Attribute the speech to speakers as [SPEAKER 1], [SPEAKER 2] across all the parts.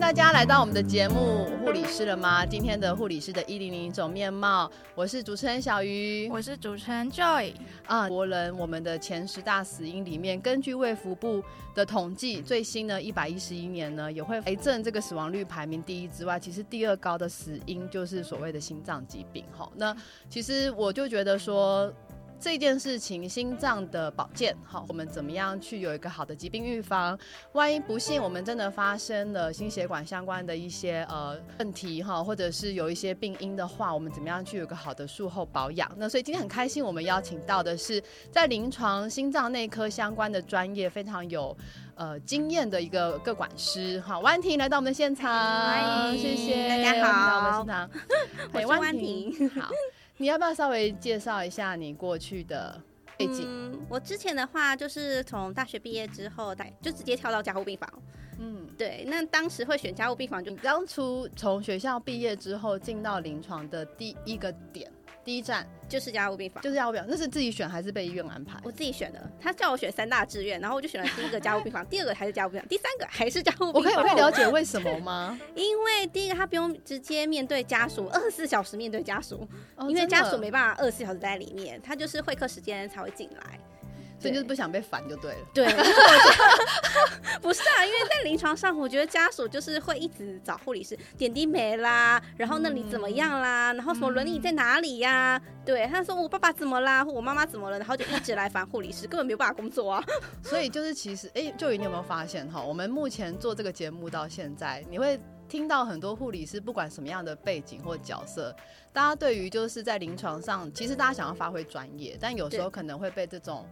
[SPEAKER 1] 大家来到我们的节目《护理师了吗》？今天的护理师的一零零种面貌，我是主持人小鱼。
[SPEAKER 2] 我是主持人 Joy，
[SPEAKER 1] 啊，国人我们的前十大死因里面，根据卫福部的统计，最新呢一百一十一年呢，也会癌症这个死亡率排名第一之外，其实第二高的死因就是所谓的心脏疾病。哈，那其实我就觉得说。这件事情，心脏的保健，好，我们怎么样去有一个好的疾病预防？万一不幸我们真的发生了心血管相关的一些呃问题哈，或者是有一些病因的话，我们怎么样去有一个好的术后保养？那所以今天很开心，我们邀请到的是在临床心脏内科相关的专业非常有呃经验的一个个管师哈，婉婷来到我们的现场，
[SPEAKER 2] 欢迎
[SPEAKER 1] 谢谢
[SPEAKER 2] 大
[SPEAKER 3] 家好
[SPEAKER 1] 我们到我们现场，
[SPEAKER 3] 我
[SPEAKER 1] 哎
[SPEAKER 3] 是万 婷。
[SPEAKER 1] 好，你要不要稍微介绍一下你过去的背景？
[SPEAKER 3] 嗯，我之前的话就是从大学毕业之后，大就直接跳到加护病房。
[SPEAKER 1] 嗯，
[SPEAKER 3] 对，那当时会选加护病房就
[SPEAKER 1] 你当初从学校毕业之后进到临床的第一个点。第一站
[SPEAKER 3] 就是加护病房，
[SPEAKER 1] 就是要表，那是自己选还是被医院安排？
[SPEAKER 3] 我自己选的。他叫我选三大志愿，然后我就选了第一个加护病房，第二个还是加护病房，第三个还是加护病
[SPEAKER 1] 我
[SPEAKER 3] 房。
[SPEAKER 1] 可以我可以了解为什么吗？
[SPEAKER 3] 因为第一个他不用直接面对家属，二十四小时面对家属，
[SPEAKER 1] 哦
[SPEAKER 3] 因为
[SPEAKER 1] 真的
[SPEAKER 3] 家属没办法二十四小时待在里面，他就是会客时间才会进来。
[SPEAKER 1] 所以就是
[SPEAKER 3] 对
[SPEAKER 1] 不想被烦就对了。
[SPEAKER 3] 对，因为我觉得不是啊，因为在临床上，我觉得家属就是会一直找护理师，点滴没啦，然后那里怎么样啦，然后什么轮椅在哪里呀、对，他说我爸爸怎么啦，或我妈妈怎么了，然后就一直来烦护理师，根本没有办法工 作啊。
[SPEAKER 1] 所以就是其实，哎、就你有没有发现哈？我们目前做这个节目到现在，你会听到很多护理师，不管什么样的背景或角色，大家对于就是在临床上，其实大家想要发挥专业，但有时候可能会被这种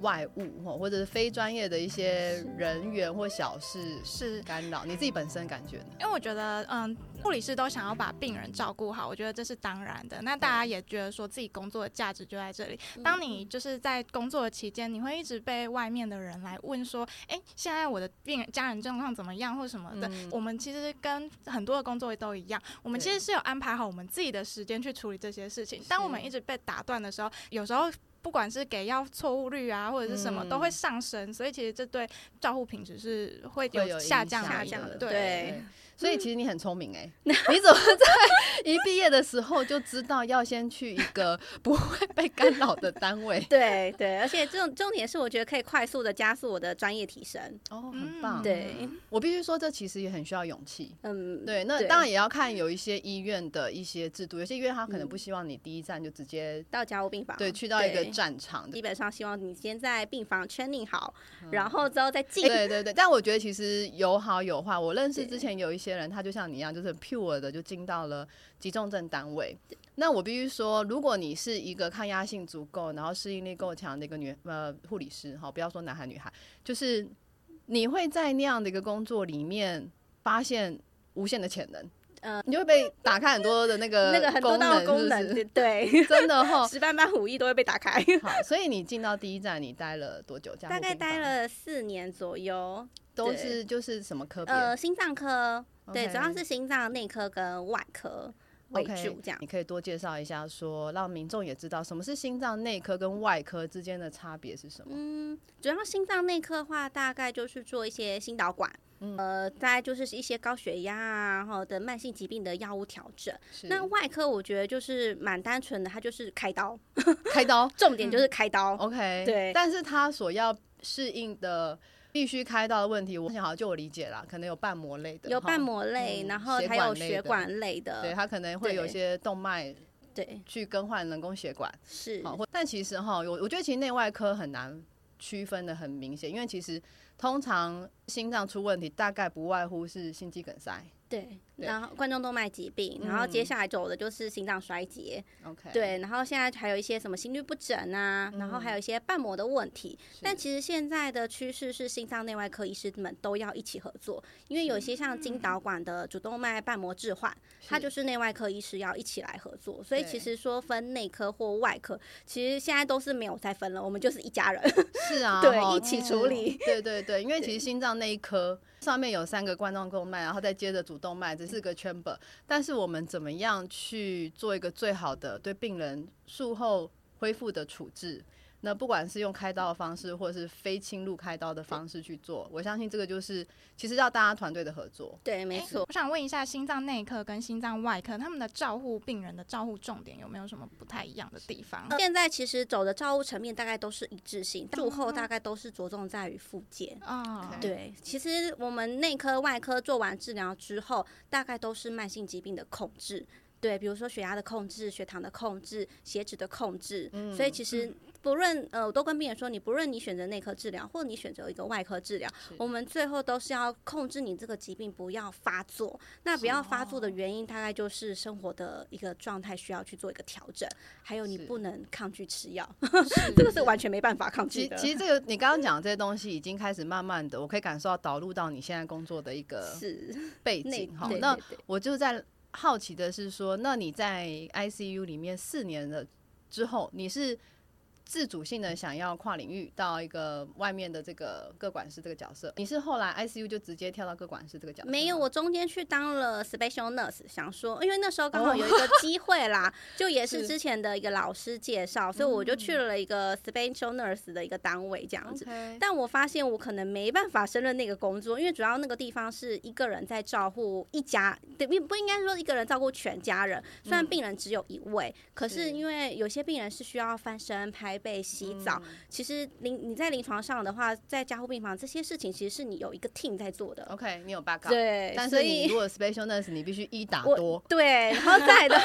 [SPEAKER 1] 外物哈，或者是非专业的一些人员或小事
[SPEAKER 2] 是
[SPEAKER 1] 干扰。你自己本身感觉呢？
[SPEAKER 2] 因为我觉得，嗯，护理师都想要把病人照顾好，我觉得这是当然的。那大家也觉得说自己工作的价值就在这里。当你就是在工作的期间，你会一直被外面的人来问说，哎、现在我的病人家人状况怎么样或什么的。
[SPEAKER 1] 嗯
[SPEAKER 2] 我们其实跟很多的工作都一样，我们
[SPEAKER 1] 对
[SPEAKER 2] 其实是有安排好我们自己的时间去处理这些事情。当我们一直被打断的时候，有时候。不管是给药错误率啊，或者是什么，
[SPEAKER 1] 嗯
[SPEAKER 2] 都会上升，所以其实这对照护品质是会
[SPEAKER 1] 会有
[SPEAKER 2] 有下
[SPEAKER 1] 影
[SPEAKER 2] 降
[SPEAKER 1] 响
[SPEAKER 3] 下
[SPEAKER 2] 的。
[SPEAKER 3] 降的，
[SPEAKER 2] 对
[SPEAKER 3] 对，
[SPEAKER 1] 所以其实你很聪明哎、你怎么在一毕业的时候就知道要先去一个不会被干扰的单位？
[SPEAKER 3] 对对，而且这种重点是，我觉得可以快速的加速我的专业提升。
[SPEAKER 1] 哦，很棒。
[SPEAKER 2] 嗯
[SPEAKER 3] 对，
[SPEAKER 1] 我必须说，这其实也很需要勇气。
[SPEAKER 3] 嗯，
[SPEAKER 1] 对，那
[SPEAKER 3] 对
[SPEAKER 1] 当然也要看有一些医院的一些制度，有些医院他可能
[SPEAKER 3] 嗯
[SPEAKER 1] 不希望你第一站就直接、
[SPEAKER 3] 到加护病房，
[SPEAKER 1] 对去到一个
[SPEAKER 3] 对
[SPEAKER 1] 战场。
[SPEAKER 3] 基本上希望你先在病房 training 好，然后之后再进
[SPEAKER 1] 嗯对对对，但我觉得其实有好有坏。我认识
[SPEAKER 3] 对
[SPEAKER 1] 之前有一些人，他就像你一样，就是很 pure 的就进到了急重症单位。那我必须说，如果你是一个抗压性足够，然后适应力够强的一个女呃护理师，哈，不要说男孩女孩，就是你会在那样的一个工作里面发现无限的潜能。
[SPEAKER 3] 嗯
[SPEAKER 1] 你就会被打开很多的那个
[SPEAKER 3] 那个很多道的功能，
[SPEAKER 1] 是不
[SPEAKER 3] 对
[SPEAKER 1] 是
[SPEAKER 3] 对，。
[SPEAKER 1] 真的哈
[SPEAKER 3] 十班班五亿都会被打开。
[SPEAKER 1] 好，所以你进到第一站，你待了多久？加护
[SPEAKER 3] 大概
[SPEAKER 1] 病
[SPEAKER 3] 待
[SPEAKER 1] 房
[SPEAKER 3] 了四年左右，
[SPEAKER 1] 都
[SPEAKER 3] 对
[SPEAKER 1] 是就是什么科别？
[SPEAKER 3] 呃，心脏科
[SPEAKER 1] OK
[SPEAKER 3] 对，主要是心脏内科跟外科为
[SPEAKER 1] OK，
[SPEAKER 3] 主这样。
[SPEAKER 1] 你可以多介绍一下说，让民众也知道什么是心脏内科跟外科之间的差别是什么。
[SPEAKER 3] 嗯，主要心脏内科的话，大概就是做一些心导管，
[SPEAKER 1] 嗯
[SPEAKER 3] 呃，大概就是一些高血压啊，然后的慢性疾病的药物调整。
[SPEAKER 1] 是
[SPEAKER 3] 那外科我觉得就是蛮单纯的，它就是开刀，
[SPEAKER 1] 嗯开刀
[SPEAKER 3] 重点就是开刀。
[SPEAKER 1] ，OK，
[SPEAKER 3] 哦对
[SPEAKER 1] 但是他所要适应的必须开刀的问题，我想好就我理解啦，可能有瓣膜类的，
[SPEAKER 3] 有
[SPEAKER 1] 哈
[SPEAKER 3] 瓣，膜类，
[SPEAKER 1] 嗯
[SPEAKER 3] 然后
[SPEAKER 1] 血
[SPEAKER 3] 还有
[SPEAKER 1] 管类
[SPEAKER 3] 血
[SPEAKER 1] 的
[SPEAKER 3] 管类的，
[SPEAKER 1] 对他可能会有一
[SPEAKER 3] 对
[SPEAKER 1] 些动脉
[SPEAKER 3] 对
[SPEAKER 1] 去更换人工血管。
[SPEAKER 3] 是，
[SPEAKER 1] 好，或但其实哈，我我觉得其实内外科很难区分的很明显，因为其实通常心脏出问题，大概不外乎是心肌梗塞。
[SPEAKER 3] 对，
[SPEAKER 1] 对
[SPEAKER 3] 然后冠状动脉疾病，然后接
[SPEAKER 1] 嗯
[SPEAKER 3] 下来走的就是心脏衰竭，
[SPEAKER 1] OK，，
[SPEAKER 3] 对，然后现在还有一些什么心律不整啊，然后还有一些瓣膜的问题。但其实现在的趋势是心脏内外科医师们都要一起合作，因为有些像经导管的主动脉瓣膜置换，它就是内外科医师要一起来合作。所以其
[SPEAKER 1] 对
[SPEAKER 3] 实说分内科或外科，其实现在都是没有再分了，我们就是一家人。
[SPEAKER 1] 是啊，
[SPEAKER 3] 对
[SPEAKER 1] 哈
[SPEAKER 3] 一起
[SPEAKER 1] 是
[SPEAKER 3] 处理
[SPEAKER 1] 对对对，因为其实心脏那一颗上面有三个冠状动脉，然后再接着主动脉，这四个 chamber。但是我们怎么样去做一个最好的对病人术后恢复的处置？那不管是用开刀的方式，或者是非侵入开刀的方式去做，我相信这个就是其实要大家团队的合作。
[SPEAKER 3] 对，没
[SPEAKER 2] 诶
[SPEAKER 3] 错。
[SPEAKER 2] 我想问一下，心脏内科跟心脏外科他们的照护病人的照护重点有没有什么不太一样的地方？
[SPEAKER 3] 现在其实走的照护层面大概都是一致性，术后大概都是着重在于复健。
[SPEAKER 2] 哦，
[SPEAKER 1] OK
[SPEAKER 3] 嗯对，其实我们内科、外科做完治疗之后，大概都是慢性疾病的控制。对，比如说血压的控制、血糖的控制、血脂的控制，所以其
[SPEAKER 1] 嗯
[SPEAKER 3] 实不论呃，我都跟病人说，你不论你选择内科治疗，或你选择一个外科治疗，我们最后都是要控制你这个疾病不要发作。那不要发
[SPEAKER 1] 哦
[SPEAKER 3] 作的原因，大概就是生活的一个状态需要去做一个调整，还有你
[SPEAKER 1] 是
[SPEAKER 3] 不能抗拒 吃药，
[SPEAKER 1] 是
[SPEAKER 3] 这个是完全没办法抗拒
[SPEAKER 1] 其
[SPEAKER 3] 的。
[SPEAKER 1] 其实这个你刚刚讲的这些东西，已经开始慢慢的，我可以感受到导入到你现在工作的一个
[SPEAKER 3] 是
[SPEAKER 1] 背
[SPEAKER 3] 内
[SPEAKER 1] 景哈
[SPEAKER 3] 对。
[SPEAKER 1] 那
[SPEAKER 3] 对对
[SPEAKER 1] 我就在好奇的是说，那你在 ICU 里面四年了之后，你是自主性的想要跨领域到一个外面的这个各管师这个角色，你是后来 ICU 就直接跳到各管师这个角色吗？
[SPEAKER 3] 没有，我中间去当了 special nurse，想说，因为那时候刚好有一个机 会啦，就也
[SPEAKER 1] 哦
[SPEAKER 3] 是
[SPEAKER 1] 是嗯
[SPEAKER 3] 之前的一个老师介绍，所以我就去了一个 special nurse 的一个单位这样子。
[SPEAKER 1] OK，
[SPEAKER 3] 但我发现我可能没办法胜任那个工作，因为主要那个地方是一个人在照顾一家，对，不不应该说一个人照顾全家人。虽然病人只有一位，可
[SPEAKER 1] 嗯是
[SPEAKER 3] 是因为有些病人是需要翻身、拍背、洗
[SPEAKER 1] 嗯
[SPEAKER 3] 澡，其实临你在临床上的话，在加护病房这些事情，其实是你有一个 team 在做的。
[SPEAKER 1] OK，你有 backup，
[SPEAKER 3] 对，
[SPEAKER 1] 但
[SPEAKER 3] 所
[SPEAKER 1] 是
[SPEAKER 3] 以
[SPEAKER 1] 你如果 special nurse，你必须一打
[SPEAKER 3] 我
[SPEAKER 1] 多，
[SPEAKER 3] 对，然后再来的话，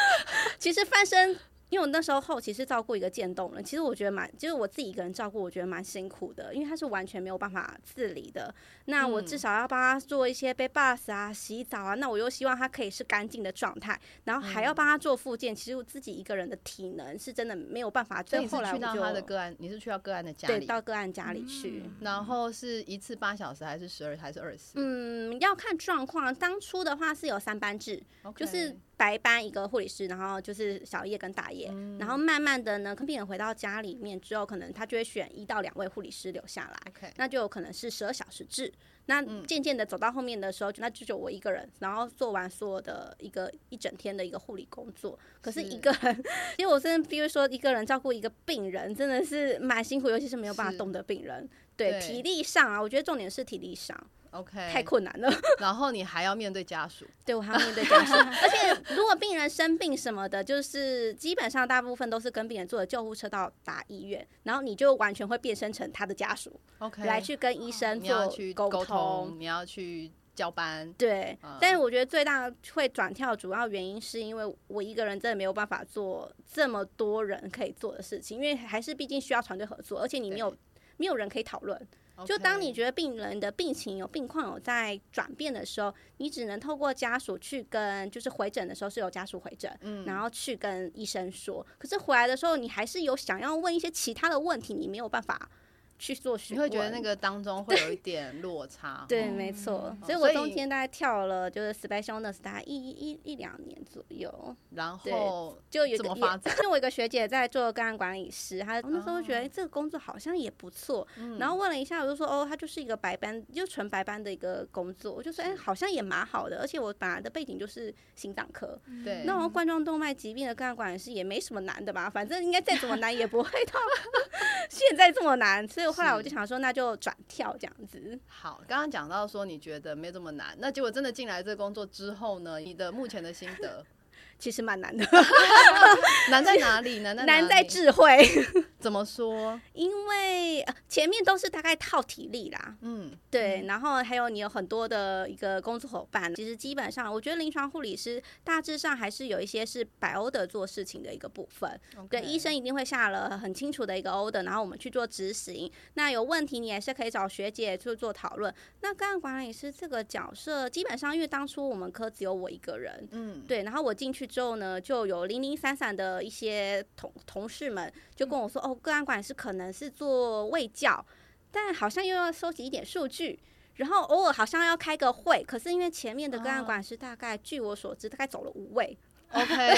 [SPEAKER 3] 其实翻身。因为我那时候后期是照顾一个渐冻人，其实我觉得蛮，就是我自己一个人照顾，我觉得蛮辛苦的，因为他是完全没有办法自理的。那我
[SPEAKER 1] 嗯
[SPEAKER 3] 至少要帮他做一些背 bus 啊、洗澡啊，那我又希望他可以是干净的状态，然后还
[SPEAKER 1] 嗯
[SPEAKER 3] 要帮他做复健。其实我自己一个人的体能是真的没有办法，
[SPEAKER 1] 所
[SPEAKER 3] 所
[SPEAKER 1] 以
[SPEAKER 3] 以
[SPEAKER 1] 你是
[SPEAKER 3] 后来我
[SPEAKER 1] 去到他的
[SPEAKER 3] 就
[SPEAKER 1] 个案，你是去到个案的家
[SPEAKER 3] 对
[SPEAKER 1] 里，嗯
[SPEAKER 3] 到个案家里去。
[SPEAKER 2] 嗯
[SPEAKER 1] 然后是一次八小时还是十二还是二十四？
[SPEAKER 3] 嗯，要看状况。当初的话是有三班制，嗯就
[SPEAKER 1] OK
[SPEAKER 3] 是白班一个护理师，然后就是小夜跟大夜，
[SPEAKER 1] 嗯
[SPEAKER 3] 然后慢慢的呢，跟病人回到家里面之后，可能他就会选一到两位护理师留下来，
[SPEAKER 1] OK，
[SPEAKER 3] 那就有可能是十二小时制。那
[SPEAKER 1] 嗯
[SPEAKER 3] 渐渐的走到后面的时候，就那就只有我一个人，然后做完所有的一个一整天的一个护理工作。可是
[SPEAKER 1] 是
[SPEAKER 3] 一个人， 其实我真的，比如说一个人照顾一个病人，真的是蛮辛苦，尤其是没有办法
[SPEAKER 1] 是
[SPEAKER 3] 动的病人。对
[SPEAKER 1] 对
[SPEAKER 3] 体力上啊，我觉得重点是体力上
[SPEAKER 1] OK，
[SPEAKER 3] 太困难了。
[SPEAKER 1] 然后你还要面对家属，
[SPEAKER 3] 对我还要面 对家属，而且如果病人生病什么的，就是基本上大部分都是跟病人坐的救护车到达医院，然后你就完全会变身成他的家属
[SPEAKER 1] OK，
[SPEAKER 3] 来去跟医
[SPEAKER 1] 哦
[SPEAKER 3] 生
[SPEAKER 1] 你要
[SPEAKER 3] 做
[SPEAKER 1] 去
[SPEAKER 3] 沟
[SPEAKER 1] 沟
[SPEAKER 3] 通。
[SPEAKER 1] 通，嗯你要去交班，
[SPEAKER 3] 对，但是我觉得最大会转跳主要原因是因为我一个人真的没有办法做这么多人可以做的事情，因为还是毕竟需要团队合作，而且你没有没有人可以讨论。就当你
[SPEAKER 1] OK
[SPEAKER 3] 觉得病人的病情有病况有在转变的时候，你只能透过家属去跟，就是回诊的时候是有家属回诊，
[SPEAKER 1] 嗯
[SPEAKER 3] 然后去跟医生说。可是回来的时候，你还是有想要问一些其他的问题，你没有办法去做询
[SPEAKER 1] 你
[SPEAKER 3] 问。
[SPEAKER 1] 会觉得那个当中会有一点落 差，
[SPEAKER 3] 对，
[SPEAKER 1] 哦
[SPEAKER 3] 没错。所以
[SPEAKER 1] 好
[SPEAKER 3] 我
[SPEAKER 1] 所
[SPEAKER 3] 中
[SPEAKER 1] 以
[SPEAKER 3] 间大概跳了就是 special nurse 大概一一一两年左右，
[SPEAKER 1] 然
[SPEAKER 3] 对
[SPEAKER 1] 后
[SPEAKER 3] 就有一
[SPEAKER 1] 怎
[SPEAKER 3] 个
[SPEAKER 1] 么
[SPEAKER 3] 也
[SPEAKER 1] 发展
[SPEAKER 3] 因为我有一个学姐在做个案管理师，她嗯我那时候觉得、
[SPEAKER 1] 哦
[SPEAKER 3] 诶这个工作好像也不错，然后问了一下，我就说哦，她就是一个白班，就纯白班的一个工作，我就说哎、诶好像也蛮好的，而且我本来的背景就是心脏科，
[SPEAKER 2] 嗯
[SPEAKER 1] 对
[SPEAKER 3] 那我冠状动脉疾病的个案管理师也没什么难的吧，反正应该再怎么难也不会 到现在这么难，所以后来我就是想说那就转跳这样子。
[SPEAKER 1] 好，刚刚讲到说你觉得没这么难，那结果真的进来这个工作之后呢，你的目前的心得
[SPEAKER 3] 其实蛮难的，
[SPEAKER 1] 难在哪里？难在
[SPEAKER 3] 难
[SPEAKER 1] 哪
[SPEAKER 3] 在
[SPEAKER 1] 里
[SPEAKER 3] 智慧，
[SPEAKER 1] 怎么说？
[SPEAKER 3] 因为呃前面都是大概靠体力啦，
[SPEAKER 1] 嗯，
[SPEAKER 3] 对，然后还有你有很多的一个工作伙伴，其实基本上我觉得临床护理师大致上还是有一些是摆 order 做事情的一个部分。对，医生一定会下了很清楚的一个 order，然后我们去做执行。那有问题你也是可以找学姐去做讨论。那个案管理师这个角色，基本上因为当初我们科只有我一个人，
[SPEAKER 1] 嗯，
[SPEAKER 3] 对，然后我进去之后呢，就有零零散散的一些同同事们就跟我说，哦，个案管理师可能是做卫教，但好像又要收集一点数据。然后偶尔好像要开个会，可是因为前面的个案
[SPEAKER 1] 哦
[SPEAKER 3] 管理师大概、据我所知大概走了五位，
[SPEAKER 1] ，OK，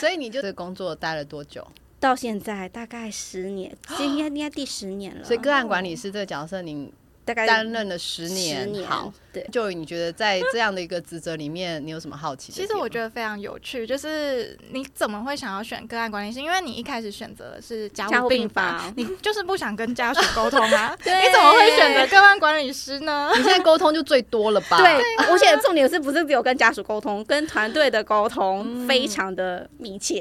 [SPEAKER 1] 所以 你就这个工作待了多久？
[SPEAKER 3] 到现在大概十年，这应该应该第十年了。
[SPEAKER 1] 所以个案管理师这个角色，你
[SPEAKER 3] 大概
[SPEAKER 1] 担任了十
[SPEAKER 3] 十
[SPEAKER 1] 年，
[SPEAKER 3] 年
[SPEAKER 1] 好。，
[SPEAKER 3] 对，
[SPEAKER 1] 就你觉得在这样的一个职责里面，你有什么好奇的
[SPEAKER 2] 其
[SPEAKER 1] 点吗？
[SPEAKER 2] 实我觉得非常有趣，就是你怎么会想要选个案管理师？因为你一开始选择的是家
[SPEAKER 3] 家
[SPEAKER 2] 务
[SPEAKER 3] 务
[SPEAKER 2] 病
[SPEAKER 3] 病
[SPEAKER 2] 房，
[SPEAKER 3] 房。
[SPEAKER 2] 你就是不想跟家属沟通啊
[SPEAKER 3] 对
[SPEAKER 2] 你怎么会选择个案管理师呢？
[SPEAKER 1] 你现在沟通就最多了吧？
[SPEAKER 3] 对，而且重点是不是只有跟家属沟通，跟团队的沟通非常的密切。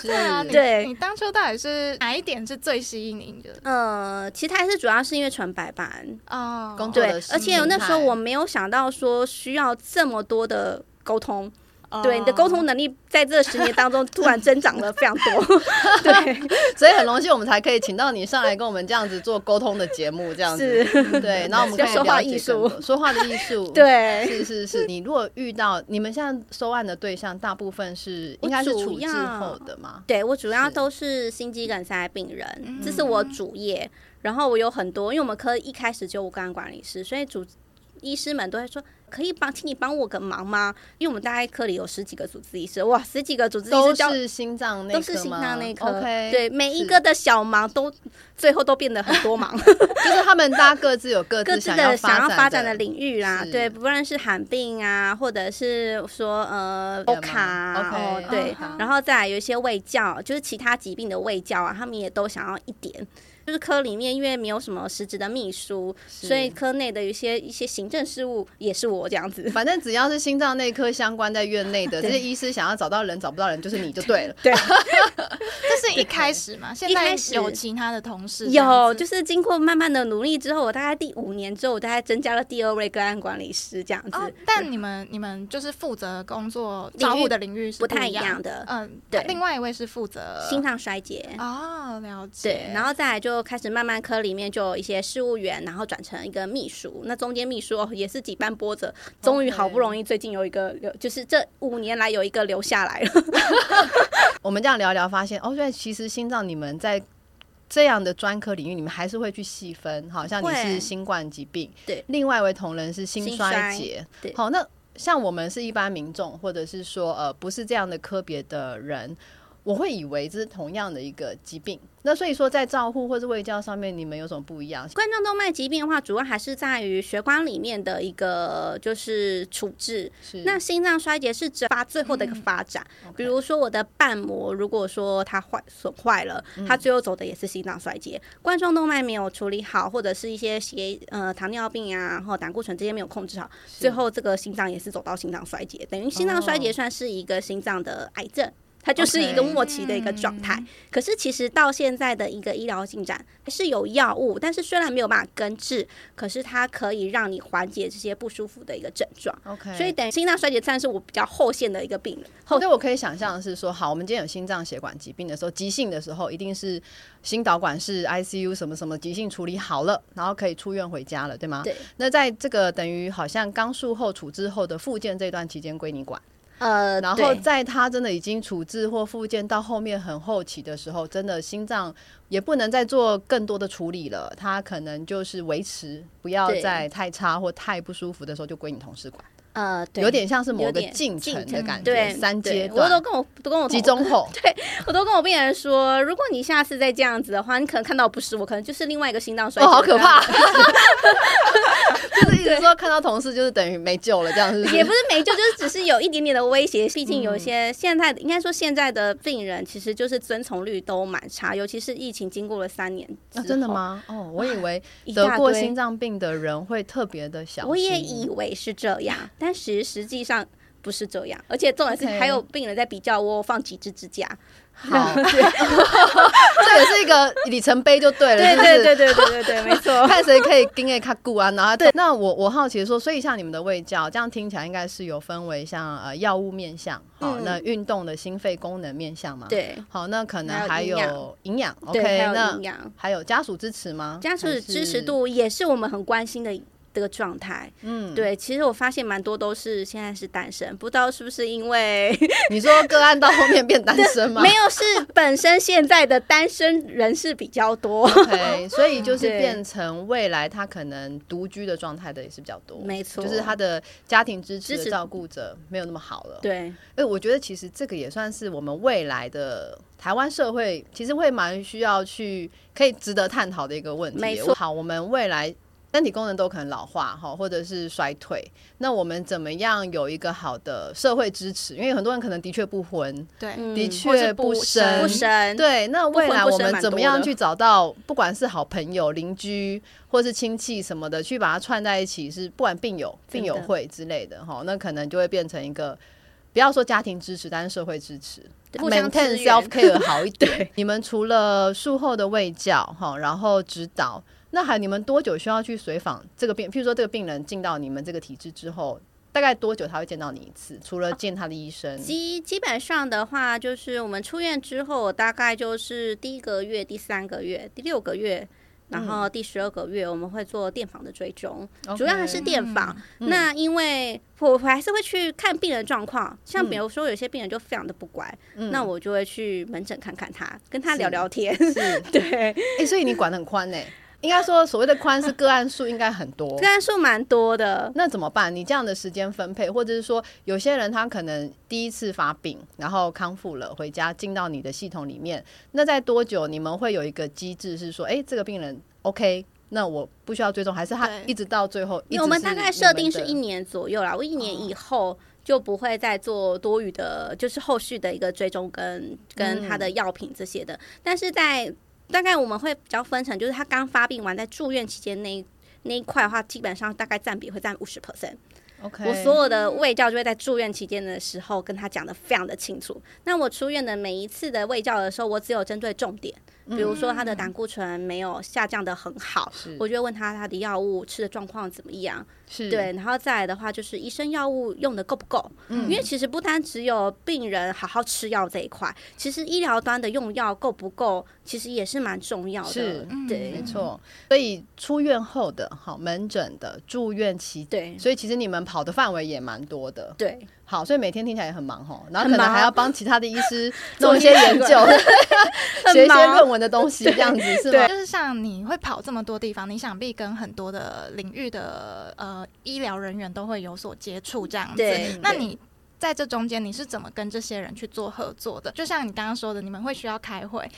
[SPEAKER 1] 是
[SPEAKER 2] 对啊，你
[SPEAKER 3] 对
[SPEAKER 2] 你当初到底是哪一点是最吸引你的？
[SPEAKER 3] 呃，其实还是主要是因为纯白班，
[SPEAKER 2] 哦，
[SPEAKER 1] 工作
[SPEAKER 3] 对
[SPEAKER 1] 的，心
[SPEAKER 3] 而且那时候
[SPEAKER 1] 态
[SPEAKER 3] 我没有想到说需要这么多的沟通，
[SPEAKER 2] 哦
[SPEAKER 1] 哦
[SPEAKER 3] 对你的沟通能力在这十年当中突然增长了非常 多，对，
[SPEAKER 1] 所以很荣幸我们才可以请到你上来跟我们这样子做沟通的节目，这样子。
[SPEAKER 3] 是，
[SPEAKER 1] 对，然后我们可以
[SPEAKER 3] 要说话
[SPEAKER 1] 了解
[SPEAKER 3] 艺术。。
[SPEAKER 1] 更多，说话的艺术
[SPEAKER 3] 对，
[SPEAKER 1] 是是是，你如果遇到你们现在收案的对象，大部分是
[SPEAKER 3] 我
[SPEAKER 1] 应该是
[SPEAKER 3] 主
[SPEAKER 1] 处置
[SPEAKER 3] 要
[SPEAKER 1] 后的嘛？
[SPEAKER 3] 对我主要
[SPEAKER 1] 是
[SPEAKER 3] 都是心肌梗塞病人，这是
[SPEAKER 2] 嗯
[SPEAKER 3] 我主业。然后我有很多，因为我们科一开始就有个案管理师，所以主医师们都会说。可以帮，请你帮我个忙吗？因为我们大概科里有十几个主治医师，哇，十几个主治医
[SPEAKER 1] 都
[SPEAKER 3] 师交
[SPEAKER 1] 是心脏内科
[SPEAKER 3] 都是心脏内科
[SPEAKER 1] o k
[SPEAKER 3] 对，每一
[SPEAKER 1] 是
[SPEAKER 3] 个的小忙都最后都变得很多忙，
[SPEAKER 1] 就是他们大家各自有各
[SPEAKER 3] 各
[SPEAKER 1] 自
[SPEAKER 3] 自的想要发
[SPEAKER 1] 发展
[SPEAKER 3] 展的领域啦，
[SPEAKER 1] 是
[SPEAKER 3] 对，不论是罕病啊，或者是说呃
[SPEAKER 1] 对
[SPEAKER 3] 欧
[SPEAKER 1] 吗
[SPEAKER 3] 卡啊，哦
[SPEAKER 1] OK
[SPEAKER 3] 对
[SPEAKER 2] 好，
[SPEAKER 3] 然后再来有一些卫教，就是其他疾病的卫教啊，他们也都想要一点。就是科里面因为没有什么实质的秘书，
[SPEAKER 1] 是
[SPEAKER 3] 所以科内的有一些一些行政事务也是我这样子。
[SPEAKER 1] 反正只要是心脏内科相关在院内的这 些
[SPEAKER 3] 对
[SPEAKER 1] 医师，想要找到人找不到人，就是你就对了。
[SPEAKER 2] 这是一开始嘛？现在
[SPEAKER 3] 开始
[SPEAKER 2] 有其他的同事这样
[SPEAKER 3] 有，
[SPEAKER 2] 子
[SPEAKER 3] 就是经过慢慢的努力之后，我大概第五年之后，我大概增加了第二位个案管理师这样子。
[SPEAKER 2] 哦，但你们你们就是负责工作
[SPEAKER 3] 领域
[SPEAKER 2] 照护的领域是
[SPEAKER 3] 不太
[SPEAKER 2] 一
[SPEAKER 3] 一样呃的
[SPEAKER 2] 嗯，
[SPEAKER 3] 对
[SPEAKER 2] 另外一位是负责
[SPEAKER 3] 心脏衰竭。
[SPEAKER 2] 哦，了解。
[SPEAKER 3] 对，然后再来就开始慢慢科里面就有一些事务员，然后转成一个秘书。那中间秘书哦也是几番波折，终于好不容易最近有一个留，就是这五年来有一个留下来了。
[SPEAKER 1] 我们这样聊一聊，发现哦，所以其实心脏你们在这样的专科领域，你们还是会去细分，好像你是
[SPEAKER 3] 会
[SPEAKER 1] 新冠疾病，
[SPEAKER 3] 对
[SPEAKER 1] 另外一位同仁是心
[SPEAKER 3] 心
[SPEAKER 1] 衰
[SPEAKER 3] 衰
[SPEAKER 1] 竭，
[SPEAKER 3] 对
[SPEAKER 1] 好，那像我们是一般民众，或者是说呃不是这样的科别的人。我会以为这是同样的一个疾病，那所以说在照护或是卫教上面，你们有什么不一样？
[SPEAKER 3] 冠状动脉疾病的话，主要还是在于血管里面的一个就是处置。
[SPEAKER 1] 是
[SPEAKER 3] 那心脏衰竭是指发最后的
[SPEAKER 1] 嗯
[SPEAKER 3] 一个发展，比如说我的瓣膜，如果说它坏损坏了，
[SPEAKER 1] 嗯
[SPEAKER 3] 它最后走的也是心脏衰竭。冠状动脉没有处理好，或者是一些血呃糖尿病啊，然后胆固醇这些没有控制好，最后这个心脏也是走到心脏衰竭，等于心脏衰竭
[SPEAKER 1] 哦
[SPEAKER 3] 算是一个心脏的癌症。它就是一个
[SPEAKER 1] OK 嗯
[SPEAKER 3] 末期的一个状态，可是其实到现在的一个医疗进展还是有药物，但是虽然没有办法根治，可是它可以让你缓解这些不舒服的一个症状。
[SPEAKER 1] OK，
[SPEAKER 3] 所以等于心脏衰竭算是我比较后线的一个病人。后
[SPEAKER 1] 对，我可以想象的是说，好，我们今天有心脏血管疾病的时候，急性的时候，一定是心导管是 ICU 什么什么急性处理好了，然后可以出院回家了，对吗？
[SPEAKER 3] 对，
[SPEAKER 1] 那在这个等于好像刚术后处置后的复健这段期间归你管，
[SPEAKER 3] 呃，
[SPEAKER 1] 然后
[SPEAKER 3] 对
[SPEAKER 1] 在他真的已经处置或复健到后面很后期的时候，真的心脏也不能再做更多的处理了，他可能就是维持，不要
[SPEAKER 3] 对
[SPEAKER 1] 再太差或太不舒服的时候就归你同事管，
[SPEAKER 3] 呃，对
[SPEAKER 1] 有点像是某
[SPEAKER 3] 有
[SPEAKER 1] 个
[SPEAKER 3] 点
[SPEAKER 1] 进
[SPEAKER 3] 进
[SPEAKER 1] 程的感觉，
[SPEAKER 3] 对
[SPEAKER 1] 三
[SPEAKER 3] 对
[SPEAKER 1] 阶
[SPEAKER 3] 我都
[SPEAKER 1] 段。
[SPEAKER 3] 跟我都跟我
[SPEAKER 1] 集
[SPEAKER 3] 同
[SPEAKER 1] 中后，
[SPEAKER 3] 我都跟我病人说，如果你下次再这样子的话，你可能看到不是我，可能就是另外一个心脏衰
[SPEAKER 1] 哦，
[SPEAKER 3] 竭。
[SPEAKER 1] 好可怕！！ 就是一直说看到同事就是等于没救了，这样是不
[SPEAKER 3] 也
[SPEAKER 1] 是？
[SPEAKER 3] 不是没救，就是只是有一点点的 威胁。毕竟有一
[SPEAKER 1] 嗯
[SPEAKER 3] 些现在的，应该说现在的病人其实就是遵从率都蛮差，尤其是疫情经过了三年之
[SPEAKER 1] 啊
[SPEAKER 3] 后、
[SPEAKER 1] 真的？吗？哦，我以为
[SPEAKER 3] 一
[SPEAKER 1] 得
[SPEAKER 3] 大
[SPEAKER 1] 过
[SPEAKER 3] 堆
[SPEAKER 1] 心脏病的人会特别的小心。
[SPEAKER 3] 我也以为是这样，但实实际上不是这样，而且重点
[SPEAKER 1] 嗯 OK
[SPEAKER 3] 是还有病人在比较我放几支支架。
[SPEAKER 1] 好，这也是一个里程碑就对了，
[SPEAKER 3] 对
[SPEAKER 1] 是不
[SPEAKER 3] 对
[SPEAKER 1] 是
[SPEAKER 3] 对对对对对，没错。
[SPEAKER 1] 看谁可以跟给他顾啊，然后对，那我我好奇说，所以像你们的卫教，这样听起来应该是有分为像呃药物面向，好，
[SPEAKER 3] 嗯
[SPEAKER 1] 那运动的心肺功能面向嘛，，
[SPEAKER 3] 对
[SPEAKER 1] 好，那可能还
[SPEAKER 3] 还有营养
[SPEAKER 1] 有营养，OK，
[SPEAKER 3] 对，还有
[SPEAKER 1] 那
[SPEAKER 3] 营养，
[SPEAKER 1] 还有家属支持吗？
[SPEAKER 3] 家属
[SPEAKER 1] 还
[SPEAKER 3] 的支持
[SPEAKER 1] 是
[SPEAKER 3] 度也是我们很关心的这个状态。
[SPEAKER 1] 嗯，
[SPEAKER 3] 对，其实我发现蛮多都是现在是单身，不知道是不是因为
[SPEAKER 1] 你说个案到后面变单身吗？
[SPEAKER 3] 没有，是本身现在的单身人士比 较多。
[SPEAKER 1] OK，所以 就是
[SPEAKER 3] 对
[SPEAKER 1] 变成未来他可能独居的状态的也是比较多，
[SPEAKER 3] 没错
[SPEAKER 1] 就是他的家庭支持
[SPEAKER 3] 支
[SPEAKER 1] 的
[SPEAKER 3] 持
[SPEAKER 1] 照顾者没有那么好了。，
[SPEAKER 3] 对，
[SPEAKER 1] 哎，我觉得其实这个也算是我们未来的台湾社会，其实会蛮需要去可以值得探讨的一个问题。
[SPEAKER 3] 没错
[SPEAKER 1] 好，我们未来。身体功能都可能老化哈，或者是衰退。那我们怎么样有一个好的社会支持？因为很多人可能的确不婚，
[SPEAKER 2] 对，
[SPEAKER 3] 嗯
[SPEAKER 1] 的
[SPEAKER 2] 或是
[SPEAKER 1] 确
[SPEAKER 2] 不
[SPEAKER 1] 生，
[SPEAKER 3] 不生，
[SPEAKER 1] 对，那未来
[SPEAKER 3] 不
[SPEAKER 1] 我
[SPEAKER 3] 婚不生
[SPEAKER 1] 们
[SPEAKER 3] 蛮
[SPEAKER 1] 怎么
[SPEAKER 3] 多
[SPEAKER 1] 样
[SPEAKER 3] 的
[SPEAKER 1] 去找到，不管是好朋友、邻居，或是亲戚什么的，去把它串在一起，是不管病友、病
[SPEAKER 3] 真
[SPEAKER 1] 友
[SPEAKER 3] 的
[SPEAKER 1] 会之类的哈，那可能就会变成一个。不要说家庭支持，但是社会支持
[SPEAKER 3] 对互相支
[SPEAKER 1] ，maintain
[SPEAKER 3] 援
[SPEAKER 1] self care 好一点。你们除了术后的卫教哈，然后指导，那还你们多久需要去随访这个病？譬如说这个病人进到你们这个体制之后，大概多久他会见到你一次？除了见他的医生，
[SPEAKER 3] 基基本上的话，就是我们出院之后，大概就是第一个月、第三个月、第六个月，然
[SPEAKER 1] 嗯
[SPEAKER 3] 后第十二个月，我们会做电访的追踪。主要还是
[SPEAKER 1] OK
[SPEAKER 3] 电访。
[SPEAKER 1] 嗯
[SPEAKER 3] 那因为我我还是会去看病人状况，像
[SPEAKER 1] 嗯
[SPEAKER 3] 比如说有些病人就非常的不乖，
[SPEAKER 1] 嗯
[SPEAKER 3] 那我就会去门诊看看他，跟他
[SPEAKER 1] 是
[SPEAKER 3] 聊聊天。
[SPEAKER 1] 是
[SPEAKER 3] 对，
[SPEAKER 1] 哎、所以你管得很宽呢、应该说，所谓的宽是个案数应该很多
[SPEAKER 3] 个。案数蛮多的。
[SPEAKER 1] 那怎么办？你这样的时间分配，或者是说，有些人他可能第一次发病，然后康复了，回家进到你的系统里面，那在多久你们会有一个机制是说，哎、这个病人 OK，那我不需要追踪，还是他
[SPEAKER 2] 对
[SPEAKER 1] 一直到最后？一直
[SPEAKER 3] 因为我们
[SPEAKER 1] 是
[SPEAKER 3] 大概
[SPEAKER 1] 你
[SPEAKER 3] 设定是
[SPEAKER 1] 的哦
[SPEAKER 3] 一年左右啦，我一年以后就不会再做多余的，就是后续的一个追踪跟跟
[SPEAKER 1] 嗯
[SPEAKER 3] 他的药品这些的。但是在大概我们会比较分成，就是他刚发病完在住院期间那一那一块的话，基本上大概占比会占五十 percent。
[SPEAKER 1] OK，
[SPEAKER 3] 我所有的卫教就会在住院期间的时候跟他讲的非常的清楚。那我出院的每一次的卫教的时候，我只有针对重点，比如说他的胆固醇没有下降的很好，
[SPEAKER 1] 嗯是
[SPEAKER 3] 我就会问他他的药物吃的状况怎么样。
[SPEAKER 1] 是
[SPEAKER 3] 对，然后再来的话就是医生药物用的够不够？
[SPEAKER 1] 嗯
[SPEAKER 3] 因为其实不单只有病人好好吃药这一块，其实医疗端的用药够不够，其实也是蛮重要
[SPEAKER 1] 是
[SPEAKER 3] 的。
[SPEAKER 2] 嗯
[SPEAKER 3] 对
[SPEAKER 1] 没错。所以出院后的好门诊的住院期间，
[SPEAKER 3] 对
[SPEAKER 1] 所以其实你们跑的范围也蛮多的。
[SPEAKER 3] 对，
[SPEAKER 1] 好，所以每天听起来也很忙吼，然后
[SPEAKER 3] 很
[SPEAKER 1] 可能
[SPEAKER 3] 忙
[SPEAKER 1] 还要帮其他的医 师弄一些研究， 写一些
[SPEAKER 3] 忙
[SPEAKER 1] 论文的东西，这样子是吗？
[SPEAKER 2] 就是像你会跑这么多地方，你想必跟很多的领域的呃医疗人员都会有所接触这样子。
[SPEAKER 3] 对
[SPEAKER 2] 那
[SPEAKER 3] 对
[SPEAKER 2] 你在这中间你是怎么跟这些人去做合作的？就像你刚刚说的，你们会需要开会，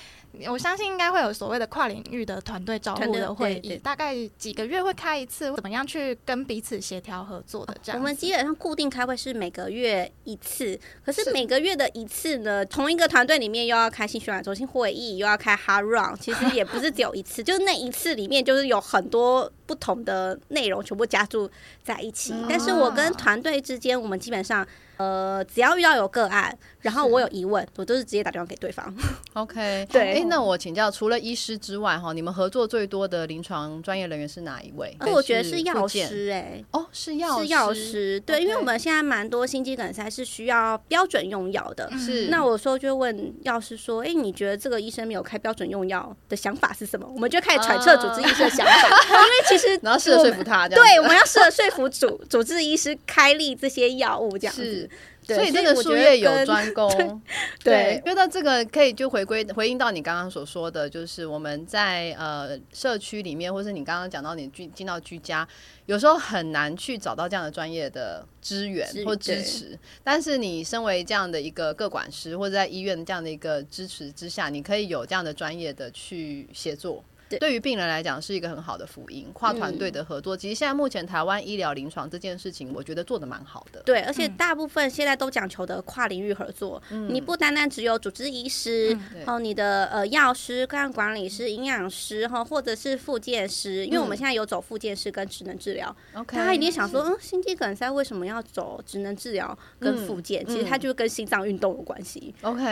[SPEAKER 2] 我相信应该会有所谓的跨领域的团队招
[SPEAKER 3] 团
[SPEAKER 2] 募
[SPEAKER 3] 队
[SPEAKER 2] 的会
[SPEAKER 3] 对
[SPEAKER 2] 议，
[SPEAKER 3] 对
[SPEAKER 2] 大概几个月会开一次，怎么样去跟彼此协调合作的这样
[SPEAKER 3] 哦我
[SPEAKER 2] 子？
[SPEAKER 3] 们基本上固定开会是每个月一次，可是
[SPEAKER 2] 是
[SPEAKER 3] 每个月的一次呢，同一个团队里面又要开新血管中心会议，又要开 hard run，其实也不是只有一次，就是那一次里面就是有很多不同的内容全部加注在一起。
[SPEAKER 1] 嗯
[SPEAKER 3] 但是我跟团队之间，我们基本上。呃，只要遇到有个案，然后我有疑问，我都是直接打电话给对方。
[SPEAKER 1] OK，
[SPEAKER 3] 对
[SPEAKER 1] 哎，那我请教，除了医师之外哈，你们合作最多的临床专业人员是哪一位？
[SPEAKER 3] 呃而我觉得
[SPEAKER 1] 还
[SPEAKER 3] 是
[SPEAKER 1] 附
[SPEAKER 3] 药
[SPEAKER 1] 件
[SPEAKER 3] 师、欸，
[SPEAKER 1] 哦，是
[SPEAKER 3] 哎，
[SPEAKER 1] 药
[SPEAKER 3] 是药
[SPEAKER 1] 师，
[SPEAKER 3] 师，对，因为
[SPEAKER 1] OK
[SPEAKER 3] 我们现在蛮多心肌梗塞是需要标准用药的，
[SPEAKER 2] 嗯
[SPEAKER 1] 是
[SPEAKER 3] 那我说就问药师说，哎、你觉得这个医生没有开标准用药的想法是什么？我们就开始揣测主治医师的想法， 因为其实
[SPEAKER 1] 然后试着
[SPEAKER 3] 我
[SPEAKER 1] 说
[SPEAKER 3] 们
[SPEAKER 1] 服哦 他，这样
[SPEAKER 3] 对
[SPEAKER 1] 子
[SPEAKER 3] 我们要试着说服主主治医师开立这些药物这样
[SPEAKER 1] 是
[SPEAKER 3] 子。。对
[SPEAKER 1] 所以
[SPEAKER 3] 所
[SPEAKER 1] 这
[SPEAKER 3] 以
[SPEAKER 1] 个
[SPEAKER 3] 我
[SPEAKER 1] 术
[SPEAKER 3] 觉得
[SPEAKER 1] 业有
[SPEAKER 3] 跟
[SPEAKER 1] 专攻，
[SPEAKER 3] 对
[SPEAKER 1] 觉得这个可以就回归回应到你刚刚所说的，就是我们在呃社区里面，或是你刚刚讲到你居进到居家，有时候很难去找到这样的专业的资源
[SPEAKER 3] 是
[SPEAKER 1] 或支
[SPEAKER 3] 对
[SPEAKER 1] 持。但是你身为这样的一个个管师，或者在医院这样的一个支持之下，你可以有这样的专业的去协作。
[SPEAKER 3] 对
[SPEAKER 1] 对于嗯病人来讲是一个很好的福音，跨团队的合作。其实现在目前台湾医疗临床这件事情，我觉得做的蛮好的。
[SPEAKER 3] 对，而且
[SPEAKER 2] 嗯
[SPEAKER 3] 大部分现在都讲求的跨领域合作，你不单单只有主治医
[SPEAKER 2] 嗯
[SPEAKER 3] 师，
[SPEAKER 1] 嗯对
[SPEAKER 3] 然后你的呃药师、个案管理师、营养师哈，或者是复健师，因为我
[SPEAKER 1] 嗯
[SPEAKER 3] 们现在有走复健师跟职能治疗，
[SPEAKER 1] OK，
[SPEAKER 3] 他一定想说，嗯，心肌梗塞为什么要走职能治疗跟
[SPEAKER 1] 嗯
[SPEAKER 3] 复健？其实
[SPEAKER 1] 嗯
[SPEAKER 3] 它就是跟心脏运动有关系。
[SPEAKER 1] OK，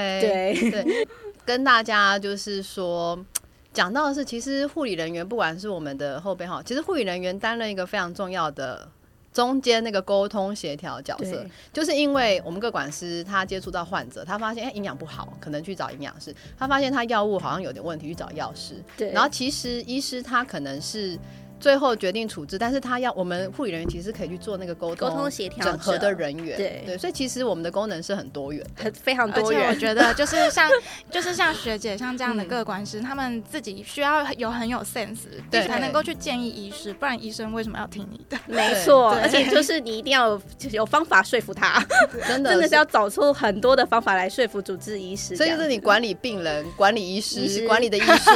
[SPEAKER 3] 对，
[SPEAKER 1] 对，跟大家就是说。讲到的是，其实护理人员不管是我们的后辈哈，其实护理人员担任一个非常重要的中间那个沟通协调角色
[SPEAKER 3] 对，
[SPEAKER 1] 就是因为我们各管师他接触到患者，他发现哎营养不好，可能去找营养师；他发现他药物好像有点问题，去找药师。
[SPEAKER 3] 对
[SPEAKER 1] 然后其实医师他可能是最后决定处置，但是他要我们护理人员其实可以去做那个沟
[SPEAKER 3] 沟
[SPEAKER 1] 通
[SPEAKER 3] 通协调
[SPEAKER 1] 整合
[SPEAKER 3] 者
[SPEAKER 1] 的人员，
[SPEAKER 3] 对
[SPEAKER 1] 对，所以其实我们的功能是很多元的。
[SPEAKER 3] 很非常
[SPEAKER 2] 而
[SPEAKER 3] 多
[SPEAKER 2] 且我
[SPEAKER 3] 元，
[SPEAKER 2] 觉得，就是像就是像学姐像这样的
[SPEAKER 1] 嗯
[SPEAKER 2] 各管师，他们自己需要有很有 sense，
[SPEAKER 1] 对
[SPEAKER 2] 才能够去建议医师，不然医生为什么要听你的？
[SPEAKER 3] 没错。
[SPEAKER 1] 对
[SPEAKER 3] 而且就是你一定要有有方法说服他，
[SPEAKER 1] 真的
[SPEAKER 3] 真的是要找出很多的方法来说服主治医师。
[SPEAKER 1] 所以
[SPEAKER 3] 这
[SPEAKER 1] 就
[SPEAKER 3] 样
[SPEAKER 1] 是你管理病人、管理医师、
[SPEAKER 3] 医师
[SPEAKER 1] 管理的艺术，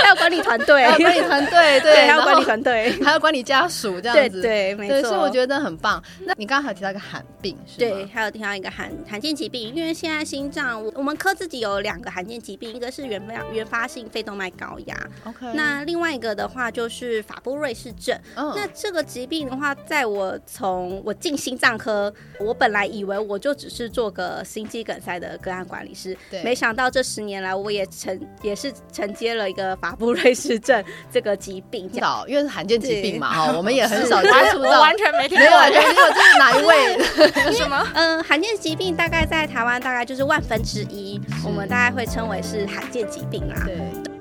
[SPEAKER 3] 还有管理团队，
[SPEAKER 1] 还有 管理团队，对，
[SPEAKER 3] 还有管理
[SPEAKER 1] 然
[SPEAKER 3] 团队，
[SPEAKER 1] 后还有管理家属 这
[SPEAKER 3] 对
[SPEAKER 1] 样子，
[SPEAKER 3] 对，没
[SPEAKER 1] 对，
[SPEAKER 3] 错。
[SPEAKER 1] 所以我觉得很棒。那你刚刚还有提到一个罕病，是
[SPEAKER 3] 对，
[SPEAKER 1] 吗，
[SPEAKER 3] 还有提到一个罕罕见疾病，因为现在心脏，我我们科自己有两个罕见疾病，一个是原发原发性肺动脉高压，
[SPEAKER 1] ，OK，
[SPEAKER 3] 那另外一个的话就是法布瑞氏症。
[SPEAKER 1] 嗯
[SPEAKER 3] 那这个疾病的话，在我从我进心脏科，我本来以为我就只是做个心肌梗塞的个案管理师，
[SPEAKER 1] 对
[SPEAKER 3] 没想到这十年来，我也承也是承接了一个法布瑞氏症这个疾病。这样
[SPEAKER 1] 到，因为是罕见疾病嘛，哦哈，我们也很
[SPEAKER 2] 是
[SPEAKER 1] 少接
[SPEAKER 2] 完
[SPEAKER 1] 触
[SPEAKER 2] 我
[SPEAKER 1] 到，
[SPEAKER 2] 完全没听
[SPEAKER 1] 没有，啊完全
[SPEAKER 2] 过
[SPEAKER 1] 没有，这是哪一位？
[SPEAKER 2] 什么。
[SPEAKER 3] 嗯，罕见疾病大概在台湾大概就是万分之一，我们大概会称为是罕见疾病啦。
[SPEAKER 1] 对，